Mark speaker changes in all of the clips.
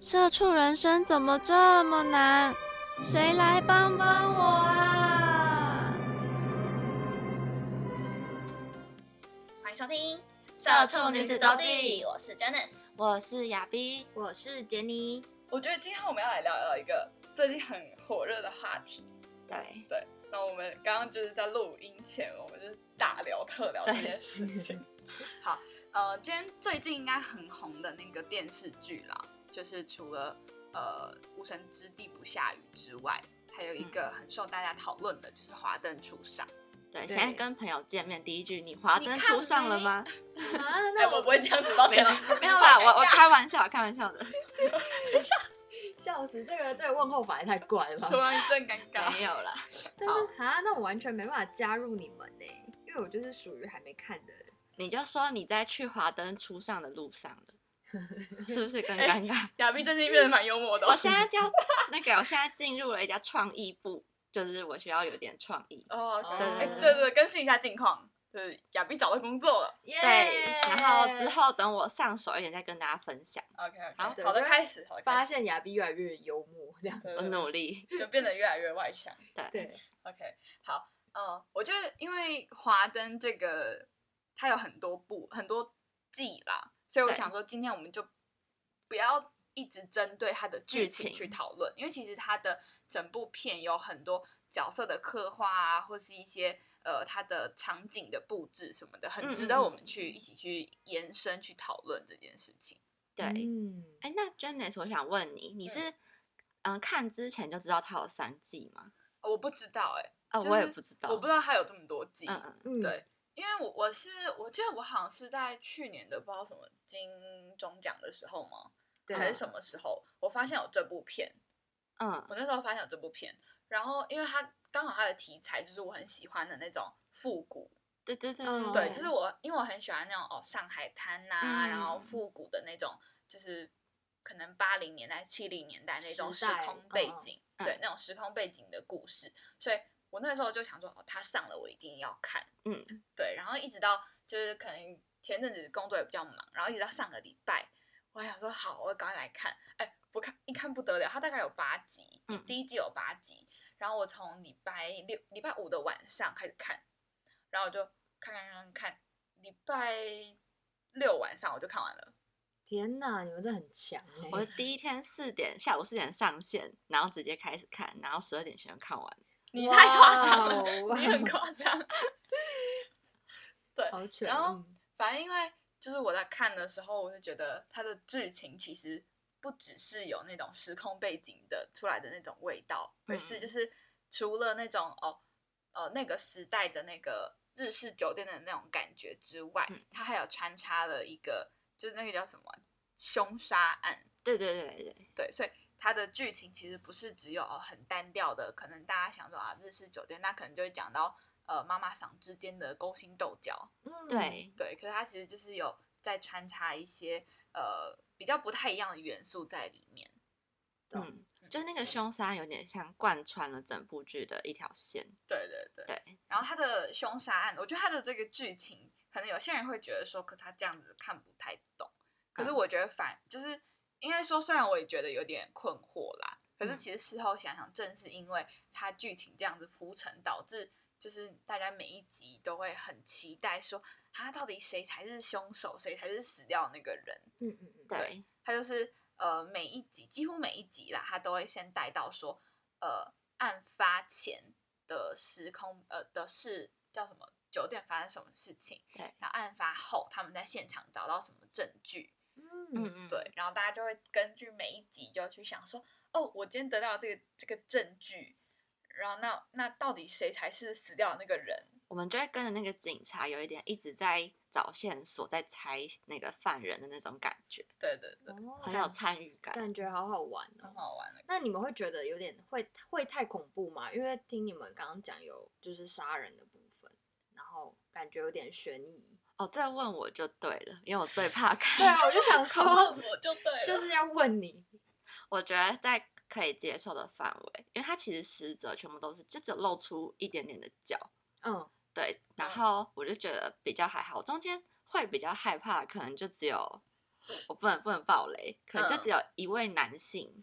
Speaker 1: 社畜人生怎么这么难？谁来帮帮我啊？
Speaker 2: 欢迎收听《
Speaker 3: 社畜女子周记
Speaker 2: 我是 Janice。
Speaker 1: 我是亚逼，
Speaker 4: 我是杰尼，
Speaker 3: 我觉得今天我们要来聊聊一个最近很火热的话题。
Speaker 1: 对，
Speaker 3: 那我们刚刚就是在录音前，我们就大聊特聊这件事 情。好，呃，今天最近应该很红的那个电视剧啦，就是除了呃《无神之地不下雨》之外，还有一
Speaker 1: 嗯
Speaker 3: 个很受大家讨论的，就是《华灯初上》
Speaker 1: 对，现在跟朋友见面第一句，你华灯
Speaker 3: 你看
Speaker 1: 初上了吗？
Speaker 4: 啊，
Speaker 3: 哎。我不会这样子，抱
Speaker 1: 没
Speaker 3: 歉
Speaker 1: 有， 没有啦，我我开玩笑，开玩笑的，
Speaker 5: 笑死，这个这个问候法也太怪了
Speaker 3: 突
Speaker 5: 吧。
Speaker 3: 然一阵尴
Speaker 1: 没
Speaker 3: 尬。
Speaker 1: 有啦。
Speaker 5: 但是啊，那我完全没办法加入你们呢、因为我就是属于还没看的。
Speaker 1: 你就说你在去华灯初上的路上了，是不是 更
Speaker 3: 哎
Speaker 1: 尴尬？
Speaker 3: 亚斌最近变得蛮幽默的哦。
Speaker 1: 我现在叫那个，我现在进入了一家创意部，就是我需要有点创意。
Speaker 3: 哦，
Speaker 5: 哦
Speaker 3: 哎对对，对更新一下近况，就是亚斌找到工作了。
Speaker 5: 耶
Speaker 1: 对，然后之后等我上手一点再跟大家分享，
Speaker 3: OK OK，
Speaker 1: 好
Speaker 3: 好的开始，好的
Speaker 5: 发
Speaker 3: 开始，
Speaker 5: 现哦亚碧越来越幽默，这 样。
Speaker 3: 对
Speaker 1: 我
Speaker 3: 对
Speaker 1: 努力。
Speaker 3: 对就变得越来越外向。
Speaker 1: 对，
Speaker 5: 对，
Speaker 3: OK，好，嗯，我觉得因为《华灯》这个它有很多部很多季啦，所以我
Speaker 1: 对
Speaker 3: 想说今天我们就不要一直针对它的剧
Speaker 1: 剧
Speaker 3: 情
Speaker 1: 情
Speaker 3: 去讨论，因为其实它的整部片有很多角色的刻画啊，或是一些呃它的场景的布置什么的，很
Speaker 1: 嗯
Speaker 3: 值
Speaker 1: 嗯
Speaker 3: 得
Speaker 1: 嗯
Speaker 3: 我们去一起去延伸去讨论这件事情。
Speaker 1: 对，
Speaker 5: 嗯，
Speaker 1: 哎、那 Janice，我想问你，你是嗯、呃看之前就知道它有三季吗？
Speaker 3: 我不知道哎、
Speaker 1: 啊、
Speaker 3: 就
Speaker 1: 我
Speaker 3: 是
Speaker 1: 也不知道，
Speaker 3: 我不知道它有这么多季，
Speaker 1: 嗯嗯，
Speaker 5: 嗯
Speaker 3: 对因为我我是我记得我好像是在去年的不知道什么金钟奖的时候吗？
Speaker 5: 对
Speaker 3: 还是什么时候？我发现有这部片，
Speaker 1: 嗯
Speaker 3: 我那时候发现有这部片，然后因为它刚好它的题材就是我很喜欢的那种复古，
Speaker 1: 对对对
Speaker 5: 嗯
Speaker 3: 对，就是我因为我很喜欢那种哦上海滩呐、
Speaker 1: 哦嗯
Speaker 3: 然后复古的那种，就是可能八零年代、七零年代那种时
Speaker 5: 时代
Speaker 3: 空背
Speaker 5: 嗯嗯
Speaker 3: 景，
Speaker 1: 嗯
Speaker 3: 对、那种时空背景的故事，所以我那时候就想说，哦，他上了我一定要看，
Speaker 1: 嗯，
Speaker 3: 对，然后一直到就是可能前阵子工作也比较忙，然后一直到上个礼拜，我还想说好，我赶快来看，哎，不看一看不得了，它大概有八集，
Speaker 1: 嗯
Speaker 3: 第一季有八集，然后我从礼拜六、礼拜五的晚上开始看，然后我就看看看看，礼拜六晚上我就看完了。
Speaker 5: 天哪，你们这很强哎、
Speaker 1: 我第一天四点下午四点上线，然后直接开始看，然后十二点前就看完。
Speaker 3: 你
Speaker 5: 哇
Speaker 3: 太夸张了，
Speaker 5: 哦
Speaker 3: 你很夸张。
Speaker 5: 好扯。
Speaker 3: 然后
Speaker 5: 嗯
Speaker 3: 反正因为就是我在看的时候，我就觉得它的剧情其实不只是有那种时空背景的出来的那种味道，
Speaker 1: 嗯
Speaker 3: 而是就是除了那种哦呃那个时代的那个日式酒店的那种感觉之外，
Speaker 1: 嗯
Speaker 3: 它还有穿插了一个就是那个叫什么凶杀案，
Speaker 1: 对对对对对，
Speaker 3: 对，所以它的剧情其实不是只有哦很单调的，可能大家想说啊日式酒店，那可能就会讲到呃妈妈桑之间的勾心斗角，
Speaker 5: 嗯，
Speaker 1: 对
Speaker 3: 对，可是它其实就是有在穿插一些呃比较不太一样的元素在里面。
Speaker 5: 懂
Speaker 1: 嗯，就那个凶杀有点像贯穿了整部剧的一条线。
Speaker 3: 对对对。
Speaker 1: 对，
Speaker 3: 然后它的凶杀案，我觉得它的这个剧情，可能有些人会觉得说，可他这样子看不太懂。可是
Speaker 1: 嗯
Speaker 3: 我觉得反就是应该说，虽然我也觉得有点困惑啦，可是
Speaker 1: 嗯
Speaker 3: 其实事后想想，正是因为它剧情这样子铺陈，导致就是大家每一集都会很期待说，他到底谁才是凶手，谁才是死掉的那个人。
Speaker 5: 嗯嗯嗯，
Speaker 1: 对，
Speaker 3: 他就是呃每一集几乎每一集啦，他都会先带到说呃案发前的时空呃的事叫什么酒店发生什么事情，
Speaker 1: 对
Speaker 3: 然后案发后他们在现场找到什么证据，
Speaker 1: 嗯
Speaker 5: 嗯，
Speaker 1: 嗯，
Speaker 3: 对，然后大家就会根据每一集就去想说，哦，我今天得到这个这个证据，然后那那到底谁才是死掉的那个人？
Speaker 1: 我们就会跟着那个警察有一点一直在找线索在猜那个犯人的那种感觉，
Speaker 3: 对对对，
Speaker 5: 哦
Speaker 1: 很有
Speaker 5: 感
Speaker 1: 参与感。
Speaker 5: 感觉好好玩
Speaker 3: 很
Speaker 5: 哦。
Speaker 3: 好玩啊的。
Speaker 5: 那你们会觉得有点会会太恐怖吗？因为听你们刚刚讲有就是杀人的部分，然后感觉有点悬疑。
Speaker 1: 哦，这问我就对了，因为我最怕看。
Speaker 5: 对啊，我就想
Speaker 3: 问
Speaker 5: 说，
Speaker 3: 我就对了，
Speaker 5: 就是要问你，
Speaker 1: 我觉得在可以接受的范围，因为他其实死者全部都是就只有露出一点点的脚，
Speaker 5: 嗯，
Speaker 1: 对，然后我就觉得比较还好。中间会比较害怕，可能就只有我不能不能爆雷，可能就只有一位男性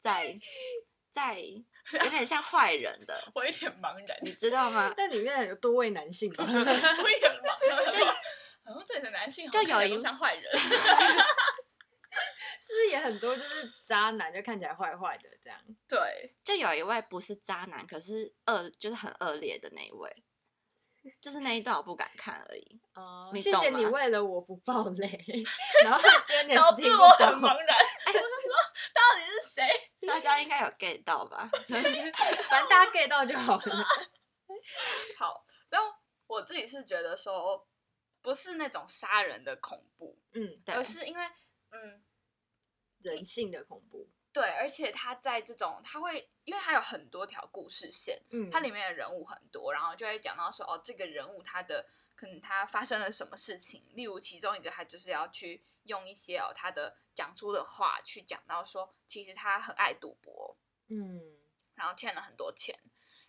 Speaker 1: 在在有点像坏人的，
Speaker 3: 我有点茫然，
Speaker 1: 你知道吗？
Speaker 5: 但里面有多位男性 吧？
Speaker 3: 我有点茫然，就 好像这里的男性好像
Speaker 1: 就有
Speaker 3: 看起来
Speaker 1: 一
Speaker 3: 都像坏 人，
Speaker 5: 是不是也很多就是渣男，就看起来坏坏的这样？
Speaker 3: 对，
Speaker 1: 就有一位不是渣男，可是恶就是很恶劣的那一位，就是那一段我不敢看而已。
Speaker 5: 哦、
Speaker 1: 你
Speaker 5: 谢
Speaker 1: 懂
Speaker 5: 谢你
Speaker 1: 吗
Speaker 5: 为了我不爆 雷，然后他觉得你
Speaker 3: 导
Speaker 5: 是
Speaker 3: 致
Speaker 5: 听
Speaker 3: 我
Speaker 5: 不
Speaker 3: 很
Speaker 5: 懂
Speaker 3: 茫，然。哎我想说到底是谁？
Speaker 1: 大家应该有 get 到吧？
Speaker 5: 反正大家 get 到就好了。
Speaker 3: 好，然后我自己是觉得说，不是那种杀人的恐怖，
Speaker 5: 嗯，
Speaker 1: 对
Speaker 3: 而是因为嗯，
Speaker 5: 人性的恐怖，
Speaker 3: 对，而且它在这种，它会，因为它有很多条故事线，
Speaker 5: 嗯，
Speaker 3: 它里面的人物很多，然后就会讲到说，哦，这个人物他的可能他发生了什么事情，例如其中一个他就是要去用一些哦他的讲出的话去讲到说，其实他很爱赌博，
Speaker 5: 嗯
Speaker 3: 然后欠了很多钱，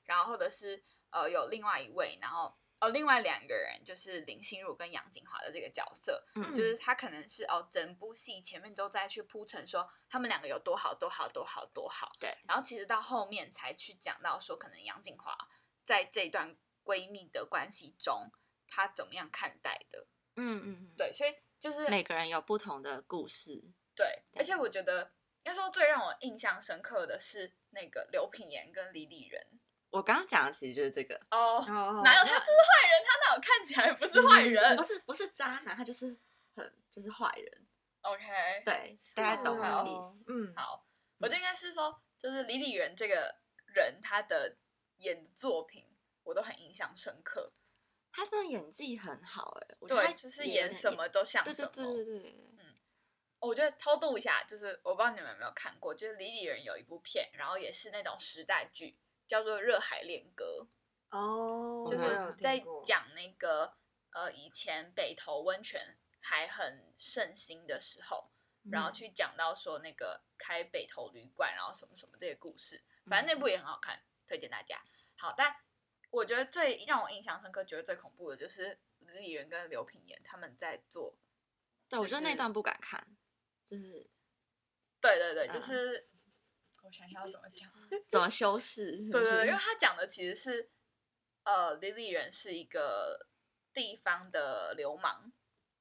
Speaker 3: 然后或者是呃有另外一位，然后哦另外两个人就是林心如跟杨景华的这个角色，
Speaker 1: 嗯
Speaker 3: 就是他可能是哦整部戏前面都在去铺陈说他们两个有多好多好多好多好，
Speaker 1: 对，
Speaker 3: 然后其实到后面才去讲到说可能杨景华在这一段闺蜜的关系中，她怎么样看待的，
Speaker 1: 嗯嗯，
Speaker 3: 对，所以就是
Speaker 1: 嗯，每个人有不同的故事。
Speaker 3: 对，
Speaker 1: 对
Speaker 3: 而且我觉得。要说最让我印象深刻的是那个刘品言跟李李仁
Speaker 1: 我刚刚讲的其实就是这个，
Speaker 3: 哦
Speaker 5: 哦，
Speaker 3: 哪有
Speaker 5: 那
Speaker 3: 他就是坏人？他哪有看起来不是坏人
Speaker 1: 嗯不是不是渣男，他就是很就是坏人。
Speaker 3: ？OK，
Speaker 1: 对，大家懂我
Speaker 3: 哦
Speaker 1: 的意思。
Speaker 5: 嗯，
Speaker 3: 好，我就应该是说，就是李李仁这个人，他的演的作品我都很印象深刻。
Speaker 1: 他真的演技很好哎，我觉得
Speaker 3: 对，
Speaker 1: 他
Speaker 3: 就是演什么
Speaker 1: 演
Speaker 3: 都像
Speaker 1: 对
Speaker 3: 什
Speaker 1: 对
Speaker 3: 么。哦
Speaker 1: 对对对对对，
Speaker 3: 我觉得偷渡一下，就是我不知道你们有没有看过，就是李李仁有一部片，然后也是那种时代剧，叫做《热海恋歌
Speaker 5: 哦》，，
Speaker 1: 就
Speaker 3: 就
Speaker 1: 我有
Speaker 3: 是
Speaker 5: 是
Speaker 3: 在讲那个呃以前北投温泉还很盛行的时候，然后
Speaker 1: 嗯
Speaker 3: 去讲到说那个开北投旅馆，然后什么什么这个故事，反正那部也很好看，推荐大家。好，但我觉得最让我印象深刻、觉得最恐怖的就是李李仁跟刘品言他们在做，
Speaker 1: 对我觉得
Speaker 3: 就
Speaker 1: 那
Speaker 3: 是
Speaker 1: 段不敢看，就是
Speaker 3: 对对对，就
Speaker 1: 嗯
Speaker 3: 是、 我想想要怎么讲，
Speaker 1: 怎么修饰。
Speaker 3: 对对
Speaker 1: 是不
Speaker 3: 对，
Speaker 1: 是
Speaker 3: 因为他讲的其实是呃，李李仁是一个地方的流氓，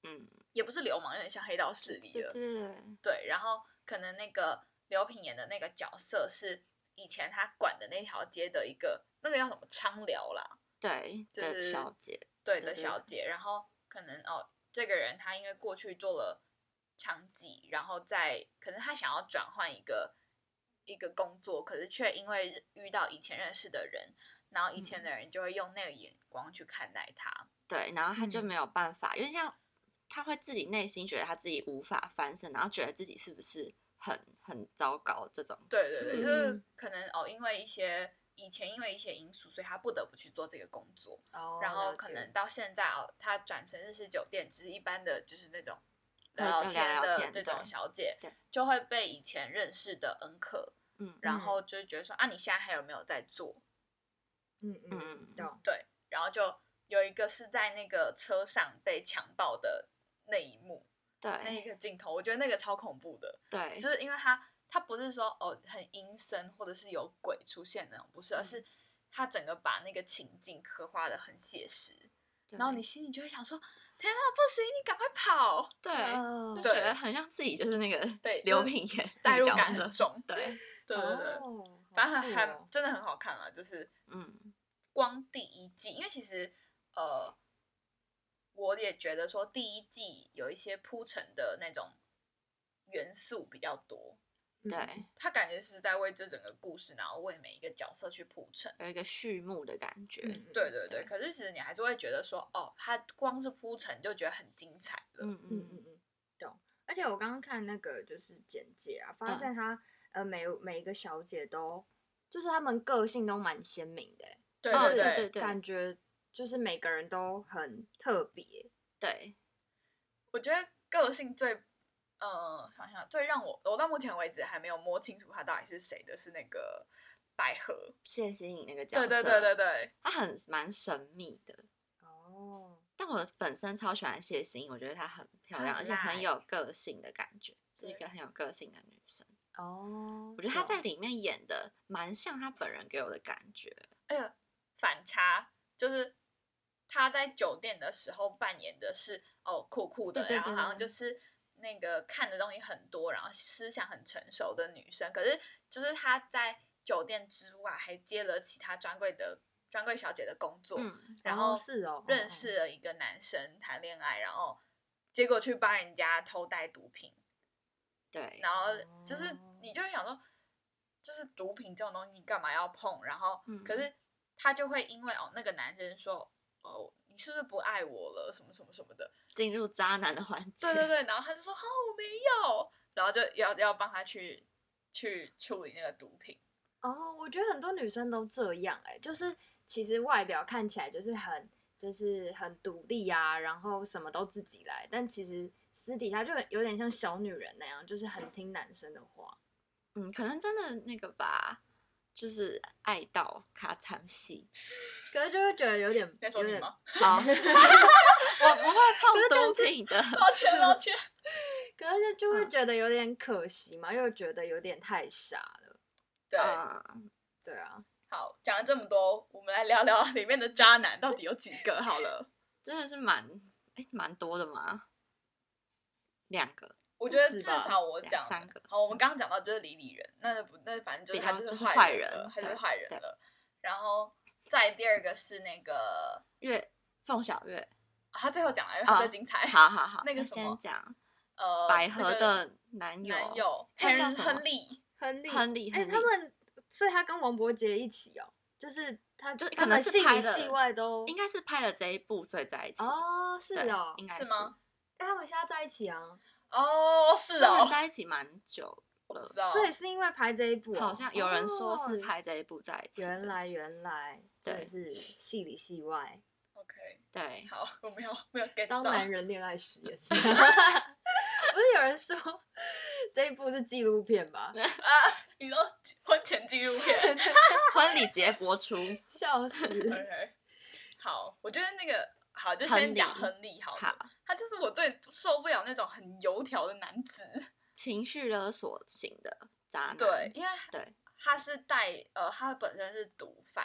Speaker 1: 嗯，
Speaker 3: 也不是流氓，有点像黑道势力
Speaker 1: 对
Speaker 3: 的，
Speaker 1: 对对对
Speaker 3: 对，然后可能那个刘品言的那个角色是以前他管的那条街的一个那个叫什么娼僚啦，
Speaker 1: 对
Speaker 3: 就
Speaker 1: 的
Speaker 3: 是
Speaker 1: 小姐，
Speaker 3: 对
Speaker 1: 对
Speaker 3: 的
Speaker 1: 对
Speaker 3: 小姐，然后可能哦，这个人他因为过去做了娼妓，然后在可能他想要转换一个一个工作，可是却因为遇到以前认识的人，然后以前的人就会用那个眼光去看待他，
Speaker 1: 对，然后他就
Speaker 5: 嗯
Speaker 1: 没有办法，因为像他会自己内心觉得他自己无法翻身，然后觉得自己是不是很很糟糕这种。
Speaker 3: 对对对，就是
Speaker 5: 嗯
Speaker 3: 可能哦，因为一些以前因为一些因素，所以他不得不去做这个工作。
Speaker 5: 哦
Speaker 1: 哦
Speaker 3: 然后可能到现在哦，她转成日式酒店，只是一般的就是那种
Speaker 1: 呃
Speaker 3: 聊
Speaker 1: 就聊
Speaker 3: 天
Speaker 1: 聊
Speaker 3: 的
Speaker 1: 天
Speaker 3: 这种
Speaker 1: 对
Speaker 3: 小姐
Speaker 1: 对，
Speaker 3: 就会被以前认识的恩客，
Speaker 1: 嗯，
Speaker 3: 然后就觉得说啊，你现在还有没有在做？
Speaker 5: 嗯
Speaker 1: 嗯
Speaker 5: 嗯，懂，
Speaker 3: 对，然后就有一个是在那个车上被强暴的那一幕，那一
Speaker 1: 对
Speaker 3: 个镜头，我觉得那个超恐怖的，
Speaker 1: 对，
Speaker 3: 就是因为他他不是说哦很阴森或者是有鬼出现那种，不
Speaker 1: 嗯
Speaker 3: 是，而是他整个把那个情境刻画的很写实。
Speaker 1: 对
Speaker 3: 然后你心里就会想说：“天哪，不行，你赶快 跑
Speaker 1: 对
Speaker 5: 哦
Speaker 1: 就
Speaker 3: 对
Speaker 1: 觉得很像自己呃就是那 个
Speaker 3: 对
Speaker 1: 刘
Speaker 3: 就是
Speaker 1: 品言
Speaker 3: 代入
Speaker 1: 角
Speaker 3: 感
Speaker 1: 色
Speaker 3: 很重
Speaker 1: 对，！”
Speaker 3: 对对对，
Speaker 5: 哦
Speaker 3: 反正
Speaker 5: 好酷
Speaker 3: 还
Speaker 5: 哦
Speaker 3: 真的很好看啊，就是
Speaker 1: 嗯，
Speaker 3: 光第一季，因为其实呃，我也觉得说第一季有一些铺陈的那种元素比较多，
Speaker 1: 对，
Speaker 3: 他感觉是在为这整个故事，然后为每一个角色去铺陈。
Speaker 1: 有一个序幕的感觉。
Speaker 5: 嗯，
Speaker 3: 对对
Speaker 1: 对
Speaker 3: 对，可是其实你还是会觉得说，哦，他光是铺陈就觉得很精彩了。
Speaker 1: 嗯
Speaker 5: 嗯
Speaker 1: 嗯嗯，
Speaker 5: 嗯嗯，懂。而且我刚刚看那个就是简介啊，发
Speaker 1: 嗯
Speaker 5: 现她、呃每每一个小姐都就是她们个性都蛮鲜明的欸、
Speaker 3: 对
Speaker 1: 哦
Speaker 5: 就是
Speaker 3: 对
Speaker 1: 对
Speaker 5: 感觉就是每个人都很特别。
Speaker 1: 对，
Speaker 3: 我觉得个性最，呃，想想最让我我到目前为止还没有摸清楚他到底是谁的是那个百合。
Speaker 1: 谢欣颖那个角色，
Speaker 3: 对对对对，对，
Speaker 1: 他很蛮神秘的。
Speaker 5: 哦，
Speaker 1: 但我本身超喜欢谢欣颖，我觉得她很漂
Speaker 3: 她
Speaker 1: 亮，
Speaker 3: 很
Speaker 1: 而且很
Speaker 3: 辣
Speaker 1: 有个性的感觉，是一
Speaker 3: 对
Speaker 1: 个很有个性的女生。
Speaker 5: 哦，
Speaker 1: 我觉得她
Speaker 5: 懂
Speaker 1: 在里面演的蛮像她本人给我的感觉。
Speaker 3: 哎呀，反差就是他在酒店的时候扮演的是哦酷酷的，
Speaker 1: 对对
Speaker 3: 然后
Speaker 1: 对
Speaker 3: 好像
Speaker 1: 对
Speaker 3: 就是那个看的东西很多，然后思想很成熟的女生。可是就是她在酒店之外还接了其他专柜的专柜小姐的工作，
Speaker 1: 嗯，
Speaker 3: 然
Speaker 5: 哦
Speaker 3: 后
Speaker 5: 是哦哦
Speaker 3: 认
Speaker 5: 哦
Speaker 3: 识了一个男生谈恋爱，然后结果去帮人家偷带毒品，
Speaker 1: 对，
Speaker 3: 然后就是
Speaker 5: 哦
Speaker 3: 你就会想说，就是毒品这种东西你干嘛要碰？然后、
Speaker 1: 嗯
Speaker 3: 可是他就会因为哦那个男生说哦你是不是不爱我了什么什么什么的，
Speaker 1: 进入渣男的环节。
Speaker 3: 对对对，然后他就说哦我没有，然后就要要帮他去去处理那个毒品，
Speaker 5: 哦，我觉得很多女生都这样哎、就是其实外表看起来就是很就是很独立啊，然后什么都自己来，但其实私底下就有点像小女人那样，就是很听男生的话。
Speaker 1: 嗯，可能真的那个吧，就是爱到卡惨 戏。
Speaker 5: 可是就会觉得有点
Speaker 3: 在说
Speaker 5: 有
Speaker 3: 你
Speaker 5: 点
Speaker 3: 吗？
Speaker 1: 好，我不会碰毒品的。
Speaker 3: 抱歉抱 歉，
Speaker 5: 可是就会
Speaker 1: 嗯
Speaker 5: 觉得有点可惜嘛，又觉得有点太傻了。
Speaker 3: 对。
Speaker 1: 嗯，
Speaker 5: 对啊，
Speaker 3: 好，讲了这么多，我们来聊聊里面的渣男到底有几个好了。
Speaker 1: 真的是蛮哎蛮多的嘛，两个
Speaker 3: 我觉得
Speaker 5: 不
Speaker 3: 至
Speaker 5: 止吧
Speaker 3: 少我
Speaker 1: 两
Speaker 3: 讲
Speaker 1: 三个
Speaker 3: 好，我们刚刚讲到就是李李人，那不那反正就是
Speaker 1: 比
Speaker 3: 他
Speaker 1: 较
Speaker 3: 就
Speaker 1: 就是
Speaker 3: 是
Speaker 1: 坏
Speaker 3: 人
Speaker 1: 人
Speaker 3: 了，他就
Speaker 1: 对
Speaker 3: 是坏人
Speaker 1: 对
Speaker 3: 了。然后再第二个是那个，
Speaker 1: 月凤小月，
Speaker 3: 啊他最后讲了，因为他
Speaker 1: 啊
Speaker 3: 最精彩。
Speaker 1: 好好好，
Speaker 3: 那个什么
Speaker 1: 先讲
Speaker 3: 呃，
Speaker 1: 百
Speaker 3: 那
Speaker 1: 合
Speaker 3: 个
Speaker 1: 的男友，
Speaker 3: 男友
Speaker 1: 他
Speaker 3: 亨
Speaker 1: 叫什么
Speaker 3: 亨利，
Speaker 5: 亨利，
Speaker 1: 亨利
Speaker 5: 哎、
Speaker 1: 亨
Speaker 5: 他
Speaker 1: 利
Speaker 5: 们，所以他跟王伯杰一起哦，就是他
Speaker 1: 就
Speaker 5: 他
Speaker 1: 可能
Speaker 5: 们
Speaker 1: 是
Speaker 5: 戏
Speaker 1: 拍
Speaker 5: 里
Speaker 1: 了
Speaker 5: 戏外都
Speaker 1: 应该是拍了这一部所以在一起，
Speaker 5: 哦，是
Speaker 1: 对
Speaker 5: 哦，
Speaker 1: 应该
Speaker 3: 是吗？
Speaker 5: 但他们现在在一起啊，
Speaker 3: 哦，是
Speaker 1: 他
Speaker 3: 哦
Speaker 1: 们，在一起蛮久
Speaker 3: 我不知
Speaker 1: 了，
Speaker 3: 道，
Speaker 5: 所以是因为拍这一部哦、
Speaker 1: 好像有人说是
Speaker 5: 哦
Speaker 1: 拍这一部在一起的，
Speaker 5: 原来原来，真的
Speaker 1: 对
Speaker 5: 是戏里戏外，
Speaker 3: OK，
Speaker 1: 对，
Speaker 3: 好，我没有 没有 get 到
Speaker 5: 当，男人恋爱时也是。 不是有人说这一部是纪录片 吧？
Speaker 3: 你说婚前纪录片
Speaker 1: 婚礼直接播出，
Speaker 5: 笑死！
Speaker 3: ，OK，好，我觉得那个好，就先
Speaker 1: 亨
Speaker 3: 讲
Speaker 1: 利
Speaker 3: 亨利好了
Speaker 1: 好，
Speaker 3: 他就是我最受不了那种很油条的男子。
Speaker 1: 情绪勒索型的渣男，
Speaker 3: 对，，因为
Speaker 1: 对
Speaker 3: 他是带呃，他本身是毒贩，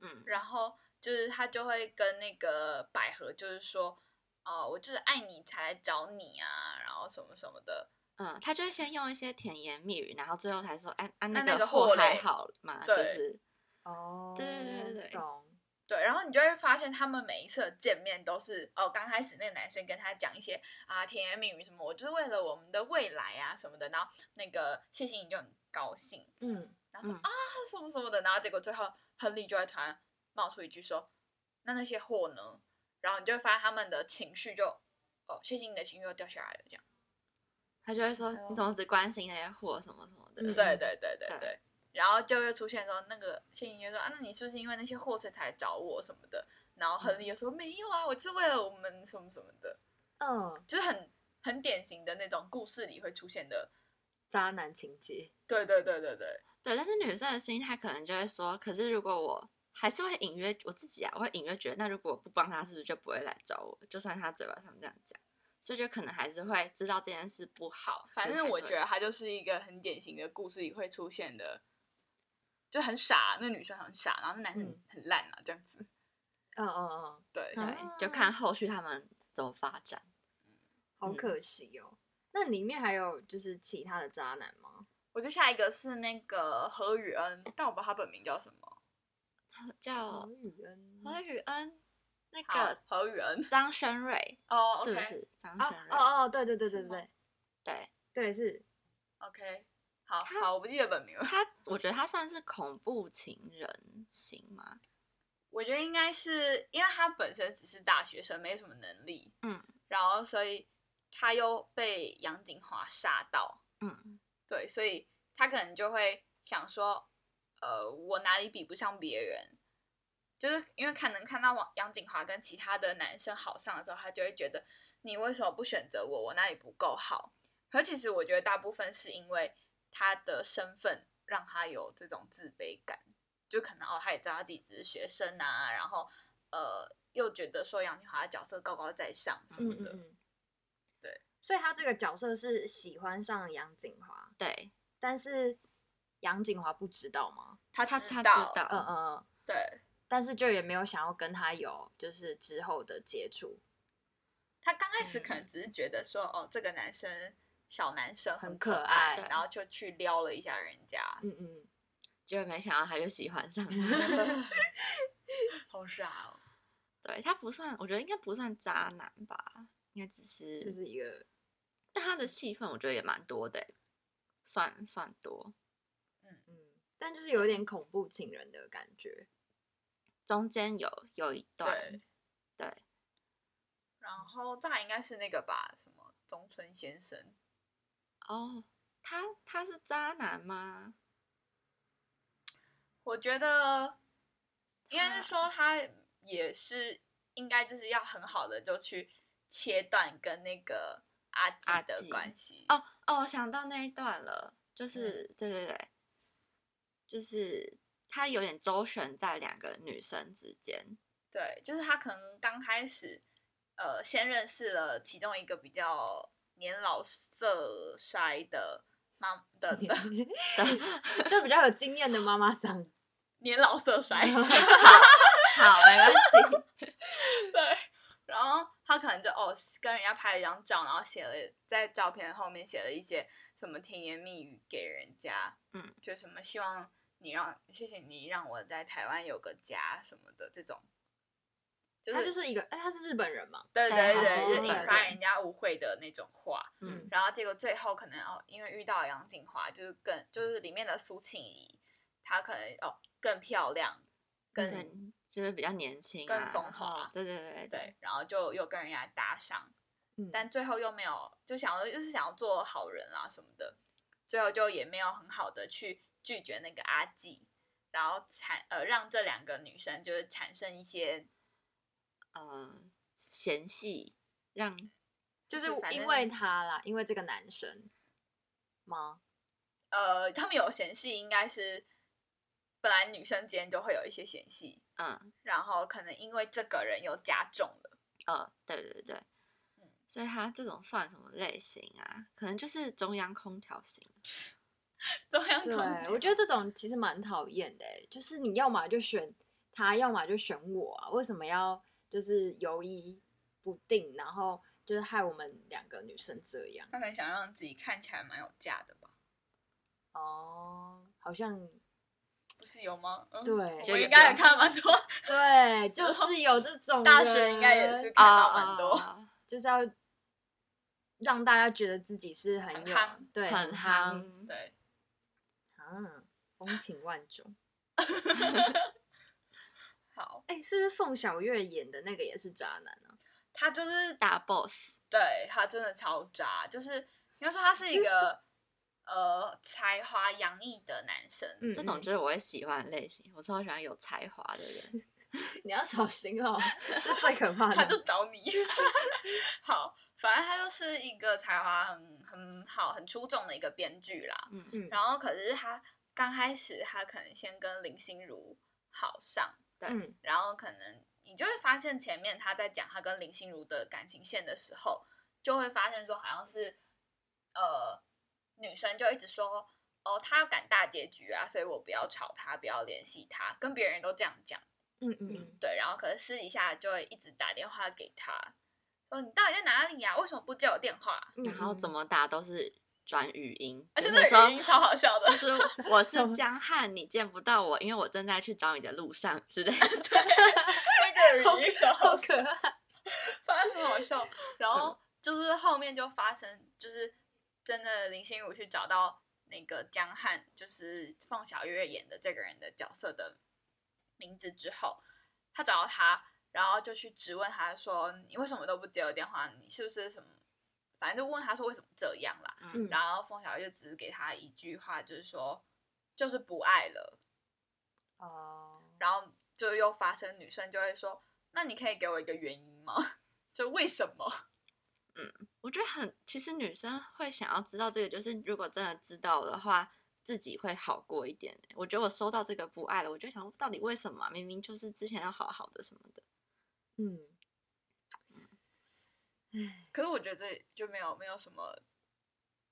Speaker 1: 嗯，
Speaker 3: 然后就是他就会跟那个百合就是说，哦、我就是爱你才来找你啊，然后什么什么的，
Speaker 1: 嗯，他就会先用一些甜言蜜语，然后最后才说，哎、啊，
Speaker 3: 那那
Speaker 1: 那
Speaker 3: 个
Speaker 1: 个货
Speaker 3: 货
Speaker 1: 还
Speaker 3: 嘞
Speaker 1: 好嘛，就
Speaker 3: 对
Speaker 1: 是
Speaker 5: 哦，
Speaker 1: 对对对对
Speaker 5: 懂。
Speaker 3: 对，然后你就会发现他们每一次的见面都是哦，刚开始那个男生跟他讲一些啊甜言蜜语什么，我就是为了我们的未来啊什么的，然后那个谢欣颖就很高兴，
Speaker 5: 嗯，
Speaker 3: 然后
Speaker 1: 嗯
Speaker 3: 说、啊什么什么的，然后结果最后亨利就会突然冒出一句说：“那那些货呢？”然后你就会发现他们的情绪就哦，谢谢你的情绪又掉下来了，这样。
Speaker 1: 他就会说
Speaker 3: 哎呦
Speaker 1: 你怎么只关心那些货什么什么的，
Speaker 5: 嗯
Speaker 3: 对对对对
Speaker 1: 对
Speaker 3: 对。然后就会出现说，那个谢颖就说啊，那你是不是因为那些货所以才来找我什么的？然后亨利就说、没有啊，我就是为了我们什么什么的，
Speaker 5: 嗯，
Speaker 3: 就是很很典型的那种故事里会出现的。
Speaker 5: 渣男情节。
Speaker 3: 对对对对对，
Speaker 1: 对，但是女生的心态可能就会说，可是如果我还是会隐约我自己啊，我会隐约觉得，那如果我不帮他，是不是就不会来找我？就算他嘴巴上这样讲，所以就可能还是会知道这件事不好。
Speaker 3: 反
Speaker 1: 可是
Speaker 3: 正
Speaker 1: 还
Speaker 3: 我
Speaker 1: 是
Speaker 3: 觉
Speaker 1: 会
Speaker 3: 得它就是一个很典型的故事里会出现的，就很傻，那女生很傻，然后那男生
Speaker 5: 嗯
Speaker 3: 很烂啊，这样子。
Speaker 5: 嗯嗯嗯，
Speaker 3: 对，
Speaker 1: 对，
Speaker 5: 啊
Speaker 1: 就看后续他们怎么发展。
Speaker 5: 好
Speaker 1: 嗯
Speaker 5: 可惜哦。那里面还有就是其他的渣男吗？
Speaker 3: 我觉得下一个是那个何雨恩，但我不知道他本名叫什么。
Speaker 1: 他叫
Speaker 5: 黄宇恩
Speaker 1: 何哦宇恩，那
Speaker 3: 好
Speaker 1: 个，
Speaker 3: 何雨恩。
Speaker 1: 张轩瑞
Speaker 3: 哦
Speaker 1: 是不
Speaker 3: ，OK
Speaker 1: 是？张
Speaker 5: 啊
Speaker 1: 轩瑞，
Speaker 5: 哦哦，对对对对对
Speaker 3: 是吗
Speaker 5: 对
Speaker 1: 对，
Speaker 5: 对是
Speaker 3: OK，好
Speaker 1: 他
Speaker 3: 好，我不记得本名了。
Speaker 1: 他我觉得他算是恐怖情人型吗？
Speaker 3: 我觉得应该是因为他本身只是大学生，没什么能力，
Speaker 1: 嗯，
Speaker 3: 然后所以他又被杨景华杀到，
Speaker 1: 嗯，
Speaker 3: 对，所以他可能就会想说，呃，我哪里比不上别人？就是因为看能看到王杨景华跟其他的男生好上的时候，他就会觉得你为什么不选择我？我哪里不够好？可其实我觉得大部分是因为他的身份让他有这种自卑感，就可能哦，他也知道他自己只是学生啊，然后呃，又觉得说杨景华的角色高高在上什么
Speaker 5: 嗯嗯
Speaker 3: 的，
Speaker 5: 嗯，
Speaker 3: 对。
Speaker 5: 所以他这个角色是喜欢上杨景华，
Speaker 1: 对，
Speaker 5: 但是杨景华不知道吗？
Speaker 3: 他
Speaker 1: 他
Speaker 3: 知
Speaker 1: 他
Speaker 3: 道，
Speaker 1: 知道，
Speaker 5: 嗯嗯嗯，
Speaker 3: 对，
Speaker 5: 但是就也没有想要跟他有就是之后的接触，
Speaker 3: 他刚开始可能
Speaker 1: 嗯
Speaker 3: 只是觉得说，哦，这个男生小男生
Speaker 5: 很
Speaker 3: 可
Speaker 5: 可
Speaker 3: 爱，
Speaker 1: 爱
Speaker 3: 然后就去撩了一下人家，
Speaker 5: 嗯嗯，
Speaker 1: 结果没想到他就喜欢上他。
Speaker 3: 好傻哦。
Speaker 1: 对他不算，我觉得应该不算渣男吧，应该只是
Speaker 5: 就是一个
Speaker 1: 但他的戏份我觉得也蛮多的欸，算算多。
Speaker 5: 嗯，但就是有一点恐怖情人的感觉，
Speaker 1: 中间有有一段
Speaker 3: 对，
Speaker 1: 对
Speaker 3: 然后再来应该是那个吧，什么中村先生，
Speaker 1: 哦，他他是渣男吗？
Speaker 3: 我觉得应该
Speaker 1: 他
Speaker 3: 是说他也是应该就是要很好的就去切断跟那个阿基
Speaker 1: 阿
Speaker 3: 的
Speaker 1: 纪
Speaker 3: 关系。
Speaker 1: 哦哦，我想到那一段了，就是、对对对，就是他有点周旋在两个女生之间，
Speaker 3: 对，就是他可能刚开始，呃，先认识了其中一个比较年老色衰的妈 的的
Speaker 5: 就比较有经验的妈妈桑，
Speaker 3: 年老 色衰，
Speaker 1: 好没关 系，
Speaker 3: 对，然后他可能就哦跟人家拍了一张照，然后写了在照片后面写了一些什么甜言蜜语给人家，
Speaker 1: 嗯，
Speaker 3: 就什么希望你让谢谢你让我在台湾有个家什么的这种，就
Speaker 5: 她
Speaker 3: 是
Speaker 5: 就是一个，哎，她是日本人嘛，
Speaker 3: 对
Speaker 1: 对
Speaker 3: 对
Speaker 1: 他
Speaker 3: 对，
Speaker 1: 是
Speaker 3: 就
Speaker 1: 日
Speaker 3: 是引
Speaker 1: 本
Speaker 3: 发
Speaker 1: 人
Speaker 3: 人家误会的那种话，
Speaker 1: 嗯
Speaker 3: 然后结果最后可能哦，因为遇到杨景华，就是更就是里面的苏庆仪，她可能哦更漂亮，更、
Speaker 1: 嗯对，就是比较年轻、啊，
Speaker 3: 更风
Speaker 1: 然后
Speaker 3: 华
Speaker 1: 对对对
Speaker 3: 对，然后就又跟人家搭上，
Speaker 5: 嗯，
Speaker 3: 但最后又没有就想要就是想要做好人啦、什么的，最后就也没有很好的去拒绝那个阿纪，然后产呃让这两个女生就是产生一些
Speaker 1: 嗯，嫌隙让
Speaker 5: 就是
Speaker 3: 就是反
Speaker 5: 因
Speaker 3: 正
Speaker 5: 为他啦，因为这个男生吗？
Speaker 3: 呃他们有嫌隙，应该是本来女生间就会有一些嫌隙，
Speaker 1: 嗯
Speaker 3: 然后可能因为这个人又加重了。
Speaker 1: 呃，对对对
Speaker 3: 嗯。
Speaker 1: 所以他这种算什么类型啊？可能就是中央空调型。
Speaker 3: 中 央
Speaker 5: 对
Speaker 3: 空调，
Speaker 5: 我觉得这种其实蛮讨厌的欸、就是你要么就选他，要么就选我啊，为什么要就是犹疑不定，然后就是害我们两个女生这样？
Speaker 3: 他可能想让自己看起来蛮有价的吧？
Speaker 5: 哦，好 像
Speaker 3: 不是有吗？嗯、
Speaker 5: 对
Speaker 3: 我应该也看了蛮多，
Speaker 5: 对，就是有这种
Speaker 3: 大学应该也
Speaker 5: 人
Speaker 3: 是看到
Speaker 5: 啊
Speaker 3: 蛮多。
Speaker 1: 哦
Speaker 5: 就是要让大家觉得自己是很
Speaker 3: 很
Speaker 5: 有
Speaker 3: 夯
Speaker 5: 对
Speaker 1: 很
Speaker 5: 夯
Speaker 1: 夯。
Speaker 3: 对，
Speaker 5: 啊，风情万种。
Speaker 3: 好，
Speaker 5: 哎、是不是凤小岳演的那个也是渣男啊？
Speaker 3: 他就是
Speaker 1: 大 boss，
Speaker 3: 对他真的超渣，就是你要说他是一个呃才华洋溢的男生，
Speaker 5: 嗯
Speaker 1: 这种就是我会喜欢的类型。我超喜欢有才华的人。
Speaker 5: 你要小心 哦，这最可怕的。
Speaker 3: 他就找你。 好，反正他就是一个才华很很好、很出众的一个编剧啦。
Speaker 1: 嗯，
Speaker 5: 嗯，
Speaker 3: 然后可是他刚开始他可能先跟林心如好上，
Speaker 5: 嗯
Speaker 3: 然后可能你就会发现前面他在讲他跟林心如的感情线的时候，就会发现说好像是呃女生就一直说哦他要赶大结局啊，所以我不要吵他，不要联系他，跟别人都这样讲，
Speaker 5: 嗯嗯嗯，
Speaker 3: 对，然后可是私底下就会一直打电话给他，说你到底在哪里啊呀、为什么不接我电话？
Speaker 5: 嗯
Speaker 1: 然后怎？ 么打都是转语音，
Speaker 3: 而
Speaker 1: 就
Speaker 3: 且
Speaker 1: 是
Speaker 3: 这
Speaker 1: 说
Speaker 3: 啊个语音超好笑的
Speaker 1: 就，是 我是
Speaker 5: 什么
Speaker 1: 江汉，你见不到我，因为我正在去找你的路上之类的。
Speaker 3: 这
Speaker 5: 好
Speaker 3: 个语音超
Speaker 5: 好
Speaker 3: 好
Speaker 5: 可
Speaker 3: 笑。
Speaker 5: 爱。
Speaker 3: 反正很好笑。然后就是后面就发生，就是真的林心如去找到那个江汉，就是凤小岳演的这个人的角色的名字之后，他找到他，然后就去质问他说：“你为什么都不接我电话？你是不是什么？”反正就问他说为什么这样啦。
Speaker 5: 嗯
Speaker 3: 然后凤小岳只是给他一句话，就是说就是不爱了。
Speaker 5: 哦，
Speaker 3: 然后就又发生女生就会说：“那你可以给我一个原因吗？ 就为什么？”
Speaker 1: 我觉得很，其实女生会想要知道这个，就是如果真的知道的话，自己会好过一点。欸我觉得我收到这个不爱了，我就想到底为什么啊、明明就是之前要好好的什么的。
Speaker 5: 嗯，
Speaker 3: 可是我觉得这就没有没有什么，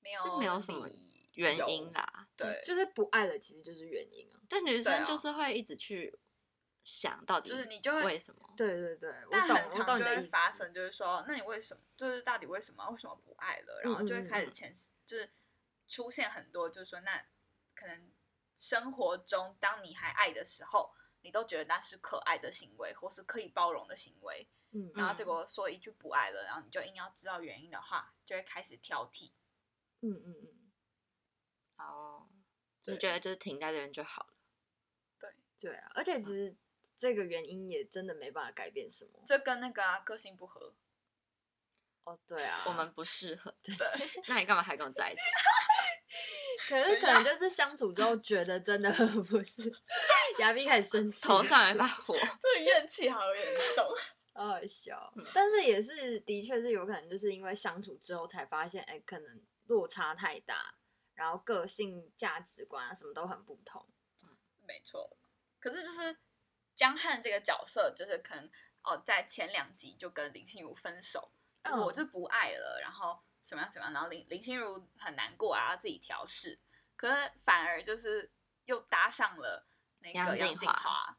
Speaker 3: 没有
Speaker 1: 是没有什么
Speaker 3: 理
Speaker 1: 原
Speaker 3: 由
Speaker 1: 因。啦，
Speaker 3: 对，
Speaker 5: 就是不爱了，其实就是原因啊。
Speaker 1: 但女
Speaker 3: 对
Speaker 1: 生
Speaker 3: 啊
Speaker 1: 就是会一直去想到底，
Speaker 3: 就是你就会
Speaker 1: 为什么？
Speaker 5: 对对对，我
Speaker 3: 但
Speaker 5: 懂，
Speaker 3: 很
Speaker 5: 我懂
Speaker 3: 常
Speaker 5: 你
Speaker 3: 就
Speaker 5: 的
Speaker 3: 会
Speaker 5: 意思。
Speaker 3: 发生，就是说，那你为什么？就是到底为什么？为什么不爱了？然后就会开始前，就是出现很多，就是说，那可能生活中，当你还爱的时候，你都觉得那是可爱的行为，或是可以包容的行为。
Speaker 5: 嗯，
Speaker 3: 然后结果说一句不爱了，然后你就硬要知道原因的话，就会开始挑剔。
Speaker 5: 嗯嗯嗯嗯，
Speaker 1: 哦，就
Speaker 3: 对
Speaker 1: 觉得就是停在这边就好了。
Speaker 5: 对啊，而且其实这个原因也真的没办法改变什么。
Speaker 3: 这跟那个啊个性不合，
Speaker 5: 哦，对啊，
Speaker 1: 我们不适合，
Speaker 3: 对，
Speaker 1: 那你干嘛还跟我在一起？
Speaker 5: 可是可能就是相处之后觉得真的不 是，亚比开始生气，
Speaker 1: 头 上来把火，
Speaker 3: 这怨气好严重。
Speaker 5: 好好笑。但是也是，的确是有可能就是因为相处之后才发现，哎、可能落差太大，然后个性、价值观啊什么都很不同。
Speaker 3: 没错。可是就是江汉这个角色，就是可能哦，在前两集就跟林心如分手，就是
Speaker 5: 嗯
Speaker 3: 我就不爱了，然后什么样什么样，然后林林心如很难过啊，要自己调试。可是反而就是又搭上了那
Speaker 1: 杨
Speaker 3: 个杨
Speaker 1: 谨
Speaker 3: 谨
Speaker 1: 华
Speaker 3: 华，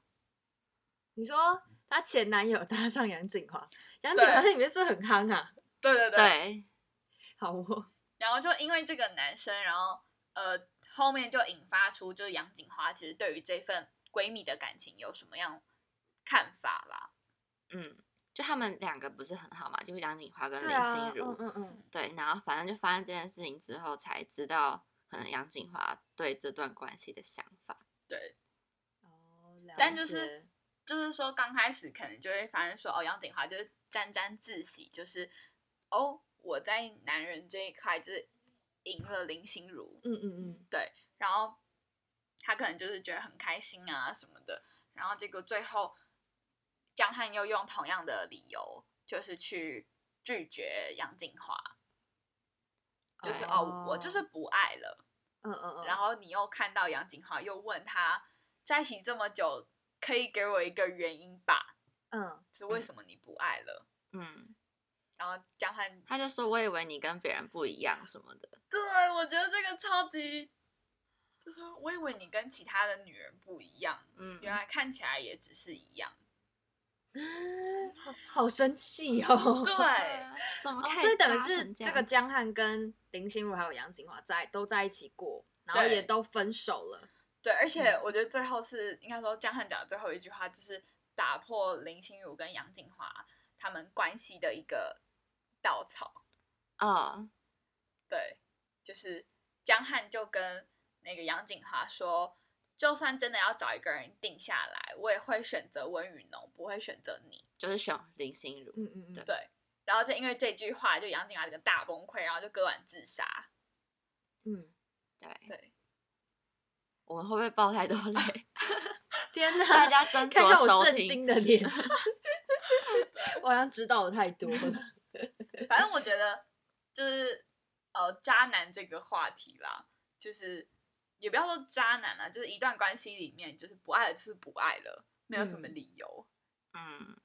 Speaker 5: 你说她前男友搭上杨景华，杨景华在里面是不是很夯啊？
Speaker 3: 对对对，
Speaker 1: 对，
Speaker 5: 好哦，
Speaker 3: 然后就因为这个男生，然后呃，后面就引发出就是杨锦华其实对于这份闺蜜的感情有什么样看法啦？
Speaker 1: 嗯，就他们两个不是很好嘛，就是杨锦华跟
Speaker 5: 对
Speaker 1: 林
Speaker 5: 啊，
Speaker 1: 心如，
Speaker 5: 嗯嗯嗯，
Speaker 1: 对，然后反正就发生这件事情之后，才知道可能杨锦华对这段关系的想法。
Speaker 3: 对，
Speaker 5: 哦，
Speaker 3: 但
Speaker 5: 了
Speaker 3: 就是
Speaker 5: 解
Speaker 3: 就是说刚开始可能就会发现说哦，杨锦华就是沾沾自喜，就是哦我在男人这一块就是赢了林心如，
Speaker 5: 嗯嗯嗯，
Speaker 3: 然后他可能就是觉得很开心啊什么的，然后结果最后江汉又用同样的理由，就是去拒绝杨锦华，就是哦我就是不爱了，
Speaker 5: 嗯嗯哎嗯，
Speaker 3: 然后你又看到杨锦华又问他在一起这么久，可以给我一个原因吧，
Speaker 5: 嗯，
Speaker 3: 就是为什么你不爱了？
Speaker 1: 嗯，
Speaker 3: 然后江汉，
Speaker 1: 他就说：“我以为你跟别人不一样什么的。
Speaker 3: 对我觉得这个超级，就是我以为你跟其他的女人不一样，”
Speaker 1: 嗯，
Speaker 3: 原来看起来也只是一样。
Speaker 5: 好好生气哦。
Speaker 3: 对，
Speaker 1: 怎么
Speaker 5: 哦，
Speaker 1: 可
Speaker 5: 所以等于
Speaker 1: 渣
Speaker 5: 是
Speaker 1: 成
Speaker 5: 这个
Speaker 1: 样
Speaker 5: 江汉跟林心如还有杨锦华在都在一起过，然后
Speaker 3: 对
Speaker 5: 也都分手了。
Speaker 3: 对，而且我觉得最后是、应该说江汉讲的最后一句话，就是打破林心如跟杨锦华他们关系的一个稻草。
Speaker 1: 哦，
Speaker 3: 对，就是江汉就跟那个杨锦华说，就算真的要找一个人定下来，我也会选择温雨农，不会选择你。
Speaker 1: 就是选林心如。
Speaker 5: 嗯嗯嗯，
Speaker 1: 对
Speaker 3: 对，然后就因为这句话，就杨锦华整个大崩溃，然后就割腕自杀。
Speaker 5: 嗯，
Speaker 1: 对，
Speaker 3: 对，
Speaker 1: 我们会不会爆 太多雷？
Speaker 5: 天哪！
Speaker 1: 大家斟
Speaker 5: 看
Speaker 1: 酌
Speaker 5: 看我
Speaker 1: 收
Speaker 5: 震
Speaker 1: 听。
Speaker 5: 惊的脸， 我好像知道的太多了。
Speaker 3: 反正我觉得就是呃，渣男这个话题啦，就是也不要说渣男啦，就是一段关系里面，就是不爱了就是不爱了，没有什么
Speaker 5: 嗯
Speaker 3: 理由。
Speaker 1: 嗯，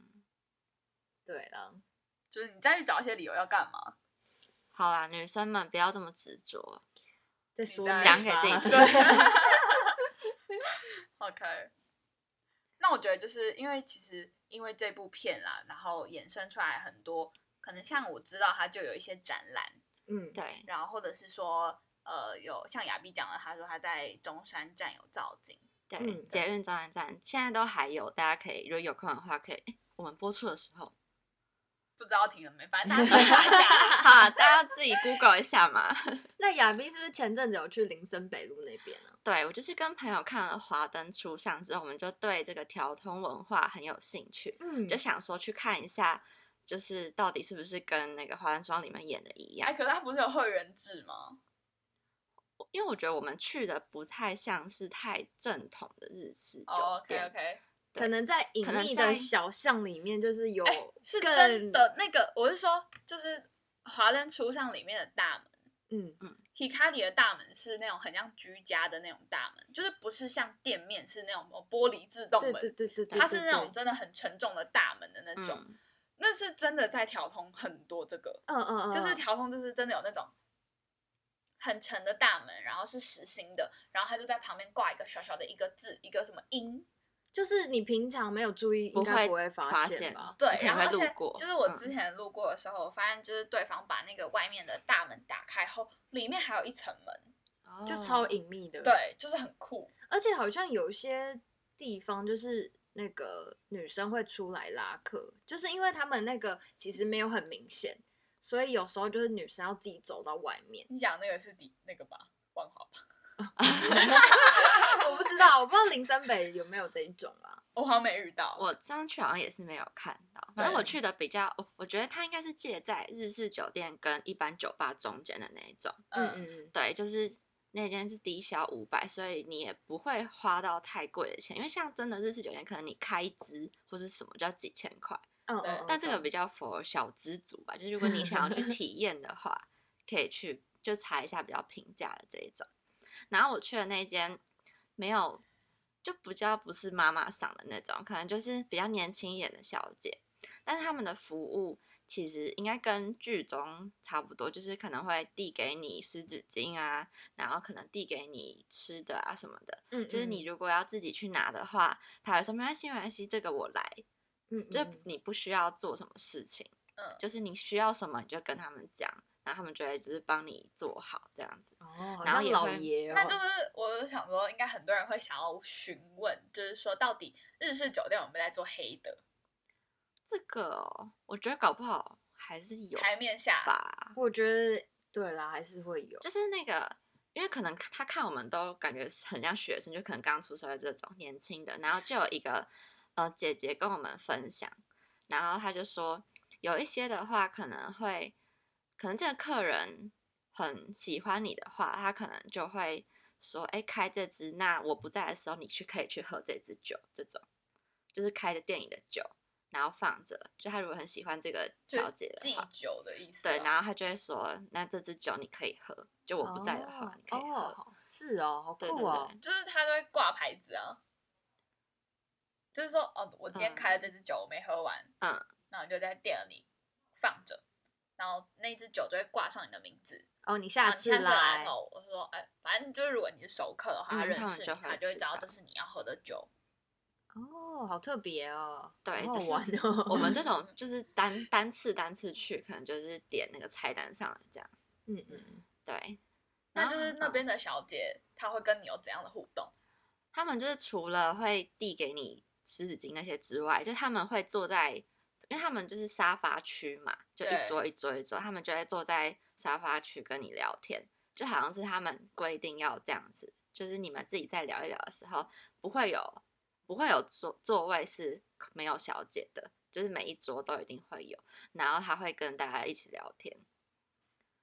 Speaker 5: 对啊了，
Speaker 3: 就是你再去找一些理由要干嘛？
Speaker 1: 好啦，女生们不要这么执着。
Speaker 5: 再
Speaker 3: 你
Speaker 5: 说
Speaker 3: 再
Speaker 5: 一
Speaker 1: 讲给
Speaker 5: 吧
Speaker 1: 自 己听
Speaker 3: 对，OK。那我觉得就是因为其实因为这部片啦，然后衍生出来很多，可能像我知道它就有一些展览，
Speaker 5: 嗯，
Speaker 1: 对，
Speaker 3: 然后或者是说呃有像亚碧讲的，他说他在中山站有造景，
Speaker 1: 对，
Speaker 5: 嗯
Speaker 1: 捷运中哎南站现在都还有，大家可以如果有空的话，可以诶我们播出的时候
Speaker 3: 不知道听了没，反正大家自己查一 下。啊
Speaker 1: 好，大家自己 Google 一下嘛。
Speaker 5: 那亚斌是不是前阵子有去林森北路那边啊？
Speaker 1: 对我就是跟朋友看了《华灯初上》之后，我们就对这个调通文化很有兴趣，
Speaker 5: 嗯
Speaker 1: 就想说去看一下，就是到底是不是跟那个《华灯初上》里面演的一样
Speaker 3: 哎，。可是他不是有会员制吗？
Speaker 1: 因为我觉得我们去的不太像是太正统的日式
Speaker 3: 哦
Speaker 1: 酒
Speaker 3: ，OK
Speaker 1: 店
Speaker 3: OK，
Speaker 1: 对
Speaker 5: 可能在隐
Speaker 1: 可能
Speaker 5: 秘
Speaker 1: 在
Speaker 5: 的小巷里面，就是有
Speaker 3: 哎，是
Speaker 5: 更
Speaker 3: 真的那个，我是说，就是《华灯初上》里面的大门
Speaker 5: 嗯，
Speaker 3: ，Hikari 的大门是那种很像居家的那种大门，就是不是像店面是那种玻璃自动
Speaker 5: 对对
Speaker 3: 门，
Speaker 5: 对对对，
Speaker 3: 它是
Speaker 5: 对
Speaker 3: 那种
Speaker 5: 对
Speaker 3: 真的很沉重的大门的那种。
Speaker 1: 嗯
Speaker 3: 那是真的在调通很多这个，
Speaker 5: 嗯嗯嗯，
Speaker 3: 就是
Speaker 5: 嗯
Speaker 3: 调通就是真的有那种很沉的大门，然后是实心的，然后它就在旁边挂一个小小的一个字，一个什么音，
Speaker 5: 就是你平常没有注意，应
Speaker 1: 不
Speaker 5: 该
Speaker 1: 会
Speaker 5: 不会
Speaker 1: 发
Speaker 5: 现
Speaker 1: 现
Speaker 5: 吧？
Speaker 3: 对
Speaker 1: 你，可能
Speaker 3: 然后而
Speaker 1: 会
Speaker 3: 且
Speaker 1: 路过
Speaker 3: 就是我
Speaker 1: 嗯
Speaker 3: 之前路过的时候，我发现就是对方把那个外面的大门打开后，里面还有一层门，
Speaker 5: 就
Speaker 1: 哦
Speaker 5: 超隐秘的，，
Speaker 3: 对，就是很酷。。
Speaker 5: 而且好像有一些地方就是那个女生会出来拉客，就是因为他们那个其实没有很明显，所以有时候就是女生要自己走到外面
Speaker 3: 你讲那个是底那个吧，万华吧，
Speaker 5: 我不知道，我不知道林森北有没有这一种啊？
Speaker 3: 我好像没遇到。
Speaker 1: 我这样去好像也是没有看到，反正
Speaker 3: 对
Speaker 1: 我去的比较，我我觉得它应该是介在日式酒店跟一般酒吧中间的那一种。
Speaker 5: 嗯
Speaker 3: 嗯，
Speaker 5: 嗯嗯，
Speaker 1: 对，就是那间是低消五百，所以你也不会花到太贵的钱，因为像真的日式酒店，可能你开支或是什么就要几千块，
Speaker 5: 嗯
Speaker 3: 对
Speaker 5: 嗯嗯，
Speaker 1: 但这个
Speaker 5: 懂
Speaker 1: 比较 for 小资族吧，就是如果你想要去 体验的话，可以去就查一下比较平价的这一种。然后我去的那间没有，就比较不是妈妈桑的那种，可能就是比较年轻一点的小姐，但是他们的服务其实应该跟剧中差不多，就是可能会递给你湿纸巾啊，然后可能递给你吃的啊什么的。
Speaker 5: 嗯
Speaker 1: 就是你，如果要自己去拿的话，他会说没关系，没关系，这个我来。
Speaker 5: 嗯嗯，
Speaker 1: 就是
Speaker 5: 嗯
Speaker 1: 你不需要做什么事情，
Speaker 3: 嗯
Speaker 1: 就是你需要什么你就跟他们讲，然后他们就会就是帮你做好这样子。
Speaker 5: 哦，好
Speaker 1: 然后
Speaker 5: 像
Speaker 1: 也
Speaker 5: 老
Speaker 1: 会
Speaker 5: 爷哦，
Speaker 3: 那就是我就想说，应该很多人会想要询问，就是说到底日式酒店有没有在做黑的
Speaker 1: 这个哦我觉得搞不好还是有
Speaker 3: 台面下？
Speaker 1: 吧，
Speaker 5: 我觉得对啦，还是会有，
Speaker 1: 就是那个。因为可能他看我们都感觉很像学生，就可能刚出社会这种年轻的，然后就有一个呃姐姐跟我们分享，然后他就说有一些的话可能会，可能这个客人很喜欢你的话，他可能就会说，哎，开这支，那我不在的时候，你去可以去喝这支酒，这种就是开着电影的酒，然后放着，就他如果很喜欢这个
Speaker 3: 就是
Speaker 1: 小姐的
Speaker 3: 祭
Speaker 1: 话，
Speaker 3: 酒的意思啊。
Speaker 1: 对，然后他就会说，那这支酒你可以喝，就我不在的话，
Speaker 5: 哦
Speaker 1: 你可以喝。
Speaker 5: 哦，是哦，好
Speaker 1: 对对
Speaker 5: 酷哦
Speaker 1: 对，，
Speaker 3: 就是他都会挂牌子啊，就是说哦，我今天
Speaker 1: 嗯
Speaker 3: 开了这支酒，我没喝完，
Speaker 1: 嗯，
Speaker 3: 那我就在店里放着，然后那支酒就会挂上你的名字，
Speaker 5: 哦，你
Speaker 3: 然
Speaker 5: 下
Speaker 3: 后你
Speaker 5: 次
Speaker 3: 下次来
Speaker 1: 哦
Speaker 5: 来
Speaker 3: 的时，候，我就说哎，反正就是如果你是熟客的话，他
Speaker 1: 嗯
Speaker 3: 认
Speaker 1: 他们
Speaker 3: 识
Speaker 1: 就
Speaker 3: 你，
Speaker 1: 会
Speaker 3: 他就会
Speaker 1: 知
Speaker 3: 知道
Speaker 1: 道
Speaker 3: 这是你要喝的酒，
Speaker 5: 哦，好特别哦，
Speaker 1: 对
Speaker 5: 好好
Speaker 1: 只是
Speaker 5: 玩哦，
Speaker 1: 我们这种就是单单次单次去，可能就是点那个菜单上的这样。
Speaker 5: 嗯嗯，
Speaker 1: 对，
Speaker 3: 那
Speaker 1: 然
Speaker 3: 就是
Speaker 1: 后
Speaker 3: 那
Speaker 1: 嗯
Speaker 3: 边的小姐，她会跟你有怎样的互动？
Speaker 1: 他们就是除了会递给你湿纸巾那些之外，就他们会坐在，因为他们就是沙发区嘛，就
Speaker 3: 对
Speaker 1: 一桌一桌一桌，他们就会坐在沙发区跟你聊天，就好像是他们规定要这样子，就是你们自己在聊一聊的时候，不会有不会有座座位是没有小姐的，就是每一桌都一定会有，然后他会跟大家一起聊天。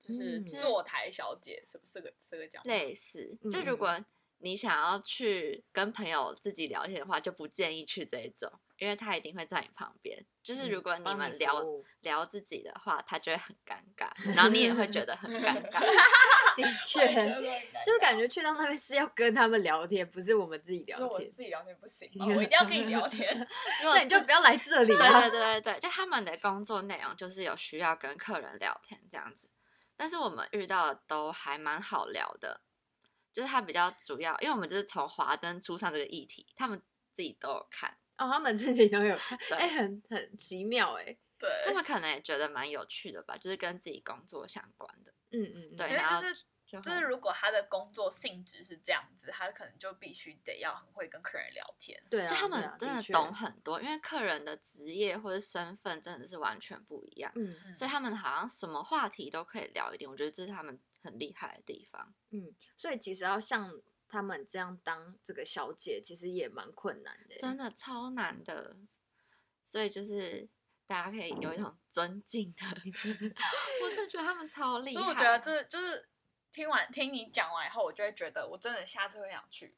Speaker 3: 就是
Speaker 5: 嗯
Speaker 3: 坐台小姐，是不是这个这个讲法？
Speaker 1: 类似。就
Speaker 5: 嗯嗯
Speaker 1: 如果你想要去跟朋友自己聊天的话，就不建议去这一种，因为他一定会在你旁边。就是如果你
Speaker 5: 嗯帮
Speaker 1: 们
Speaker 5: 服
Speaker 1: 聊、
Speaker 5: 务
Speaker 1: 聊自己的话，他就会很尴尬，然后你也会觉得很 尴尬。
Speaker 5: 的确。就是感觉去到那边是要跟他们聊天，不是我们自己
Speaker 3: 就是
Speaker 5: 聊
Speaker 3: 我
Speaker 5: 天。
Speaker 3: 自己聊天不行吗，我一定要跟你聊天。
Speaker 1: 如果
Speaker 5: 那你就是不要来这里啊
Speaker 1: 对对
Speaker 5: 了。
Speaker 1: 对对对，就他们的工作内容就是有需要跟客人聊天这样子，但是我们遇到的都还蛮好聊的，就是他比较主要，因为我们就是从华灯初上这个议题，他们自己都有看，
Speaker 5: 哦，他们自己都有，
Speaker 1: 对
Speaker 5: 哎，很很奇妙哎。
Speaker 1: 他
Speaker 3: 对，
Speaker 1: 们可能也觉得蛮有趣的吧，就是跟自己工作相关的。
Speaker 5: 嗯嗯，嗯
Speaker 1: 对
Speaker 3: 因为
Speaker 1: 然
Speaker 3: 就
Speaker 1: 后
Speaker 3: 是
Speaker 1: 就
Speaker 5: 嗯
Speaker 3: 就
Speaker 1: 很
Speaker 3: 是如果他的工作性质是这样子，他可能就必须得要很会跟客人聊天。
Speaker 5: 对啊，
Speaker 1: 就他
Speaker 5: 对
Speaker 1: 们
Speaker 5: 啊
Speaker 1: 真的
Speaker 5: 确
Speaker 1: 懂很多，因为客人的职业或者身份真的是完全不一样，
Speaker 5: 嗯
Speaker 1: 所以他们好像什么话题都可以聊一点。我觉得这是他们很厉害的地方。
Speaker 5: 嗯，所以其实要像他们这样当这个小姐，其实也蛮困难的欸。
Speaker 1: 真的超难的，所以就是大家可以有一种尊敬的，我真的觉得他们超厉
Speaker 3: 所
Speaker 1: 害。
Speaker 3: 以我觉得这就是听完听你讲完以后，我就会觉得我真的下次会想去。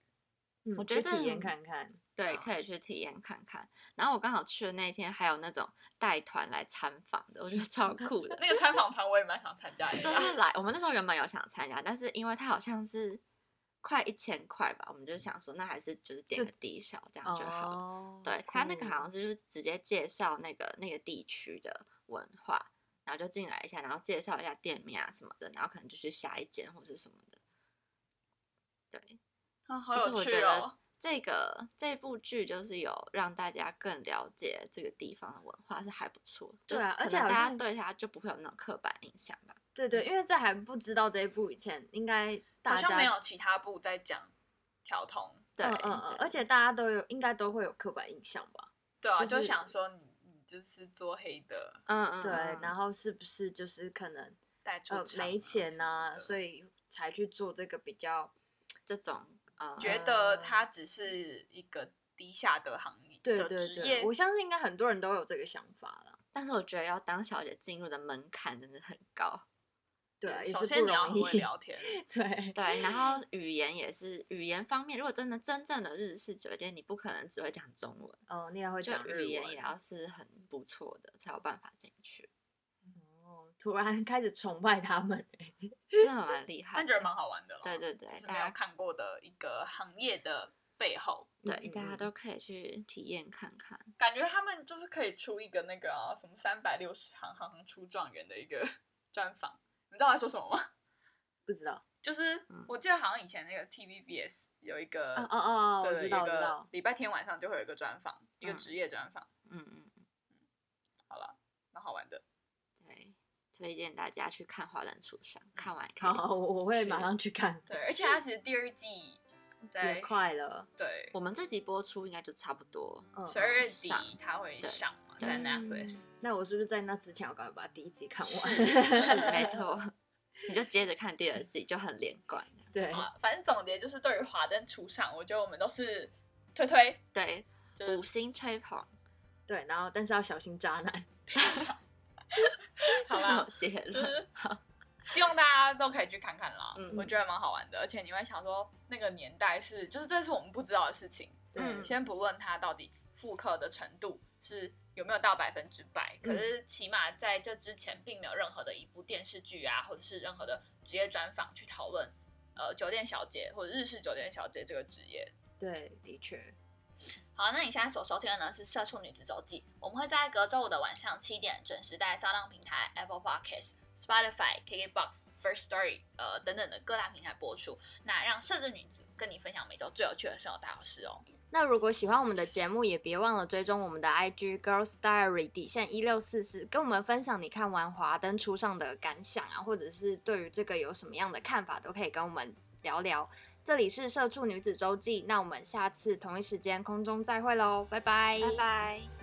Speaker 5: 嗯，
Speaker 1: 我
Speaker 5: 去
Speaker 1: 觉得
Speaker 5: 体验
Speaker 1: 很
Speaker 5: 看看，
Speaker 1: 对，可以去体验看看。然后我刚好去的那一天，还有那种带团来参访的，我觉得超酷的。
Speaker 3: 那个参访团我也蛮想参加啊一下
Speaker 1: 就。是来，我们那时候原本有想参加，但是因为它好像是快一千块吧，我们就想说，那还是就是点
Speaker 5: 就
Speaker 1: 个低消这样就好了。
Speaker 5: 哦
Speaker 1: 对他那个
Speaker 5: 酷
Speaker 1: 好像就是直接介绍那个那个地区的文化，然后就进来一下，然后介绍一下店面啊什么的，然后可能就去下一间或是什么的。对，
Speaker 3: 啊好
Speaker 1: 就是
Speaker 3: 有
Speaker 1: 我觉
Speaker 3: 趣
Speaker 1: 得
Speaker 3: 哦！
Speaker 1: 这个这部剧就是有让大家更了解这个地方的文化是还不错，就
Speaker 5: 对啊而
Speaker 1: 可
Speaker 5: 且
Speaker 1: 能
Speaker 5: 好
Speaker 1: 大家
Speaker 5: 像
Speaker 1: 对它就不会有那种刻板印象吧。
Speaker 5: 对对，因为在还不知道这一步以前，应该
Speaker 3: 好
Speaker 5: 大
Speaker 3: 像
Speaker 5: 家
Speaker 3: 没有其他部在讲调通，
Speaker 1: 对，
Speaker 5: 嗯嗯嗯
Speaker 1: 对，
Speaker 5: 而且大家都有，应该都会有刻板印象吧？
Speaker 3: 对啊，
Speaker 5: 就
Speaker 3: 就是想说你你就是做黑的，
Speaker 1: 嗯嗯，
Speaker 5: 对，然
Speaker 1: 后
Speaker 5: 后是不是就是可能
Speaker 3: 带出
Speaker 5: 呃
Speaker 3: 场
Speaker 5: 没钱
Speaker 3: 啊
Speaker 5: 呐、
Speaker 3: 什么的，
Speaker 5: 所以才去做这个比较？
Speaker 1: 这种呃，
Speaker 3: 觉得它只是一个低下的行业
Speaker 5: 对
Speaker 3: 的
Speaker 5: 对
Speaker 3: 职业
Speaker 5: 对，我。相信应该很多人都有这个想法了。
Speaker 1: 但是我觉得要当小姐进入的门槛真的很高。
Speaker 5: 对啊，也
Speaker 3: 首
Speaker 5: 是
Speaker 3: 先
Speaker 5: 不
Speaker 3: 你要
Speaker 5: 容
Speaker 3: 很会
Speaker 5: 易。
Speaker 3: 聊天，
Speaker 5: 对，
Speaker 1: 对，然
Speaker 5: 嗯
Speaker 1: 后语言也是语言方面，如果真的真正的日式酒店，你不可能只会讲中文，
Speaker 5: 哦，你也会
Speaker 1: 就
Speaker 5: 讲日
Speaker 1: 语言也
Speaker 5: 文
Speaker 1: 要是很不错的，才有办法进 去，
Speaker 5: 哦。突然开始崇拜他们，
Speaker 1: 真的蛮厉害
Speaker 3: 但
Speaker 1: 的。
Speaker 3: 觉得蛮好玩的咯。
Speaker 1: 对对对
Speaker 3: 就是
Speaker 1: 大
Speaker 3: 没
Speaker 1: 家
Speaker 3: 有看过的一个行业的背后，
Speaker 1: 对，大家
Speaker 5: 嗯
Speaker 1: 都可以去体验看看。
Speaker 3: 感觉他们就是可以出一个那个啊，什么三百六十行行行出状元的一个专访。你知道我在说什么吗？
Speaker 5: 不知道。
Speaker 3: 就是
Speaker 1: 嗯
Speaker 3: 我记得好像以前那个 TVBS 有一个
Speaker 5: 哦哦哦，我
Speaker 3: 呃对
Speaker 5: 知
Speaker 3: 一
Speaker 5: 道，我知
Speaker 3: 个
Speaker 5: 道。
Speaker 3: 礼拜天晚上就会有一个专访，一个
Speaker 1: 嗯
Speaker 3: 职业专访，
Speaker 1: 嗯嗯，嗯
Speaker 3: 好了，蛮好玩的。
Speaker 1: 对，推荐大家去看《华人处上》，看完可以
Speaker 5: 好，我我会马
Speaker 1: 是
Speaker 5: 上去看。
Speaker 3: 对，而且它其实第二季在
Speaker 5: 也快了，
Speaker 3: 对
Speaker 1: 我们这集播出应该就差不多。
Speaker 5: 嗯，
Speaker 3: 十二月底
Speaker 1: 上
Speaker 3: 它会
Speaker 1: 对
Speaker 3: 上嘛，
Speaker 1: 对
Speaker 3: 在 Netflix。
Speaker 5: 那我是不是在那之前我赶快把第一集看
Speaker 1: 是
Speaker 5: 完？
Speaker 1: 是，没错， 你就接着看第二季，就很连贯。
Speaker 5: 对，
Speaker 3: 啊，反正总结就是对于华灯初上，我觉得我们都是推推，
Speaker 1: 对，
Speaker 3: 就是
Speaker 1: 五星吹捧，
Speaker 5: 对，然后但是要小心渣男。
Speaker 3: 好
Speaker 1: 这 是
Speaker 3: 啦
Speaker 1: 我，结论。
Speaker 3: 就是希望大家都可以去看看啦，
Speaker 1: 嗯
Speaker 3: 我觉得蛮好玩的，而且你会想说那个年代是，就是这是我们不知道的事情，
Speaker 5: 对
Speaker 1: 嗯
Speaker 3: 先不论它到底复刻的程度是有没有到百分之百，
Speaker 1: 嗯
Speaker 3: 可是起码在这之前，并没有任何的一部电视剧啊，或者是任何的职业专访去讨论。呃，酒店小姐或者日式酒店小姐这个职业，
Speaker 5: 对，的确，
Speaker 3: 好，那你现在所收听的呢是《社畜女子周记》，我们会在隔周五的晚上七点准时在上浪平台、Apple Podcasts、Spotify、KKBox、First Story 呃等等的各大平台播出，那让社畜女子跟你分享每周最有趣的生活大小事哦。
Speaker 5: 那如果喜欢我们的节目，也别忘了追踪我们的 IG Girls Diary 底线一六四四，跟我们分享你看完《华灯初上》的感想啊，或者是对于这个有什么样的看法，都可以跟我们聊聊。这里是社畜女子周记，那我们下次同一时间空中再会喽，拜拜，
Speaker 1: 拜拜。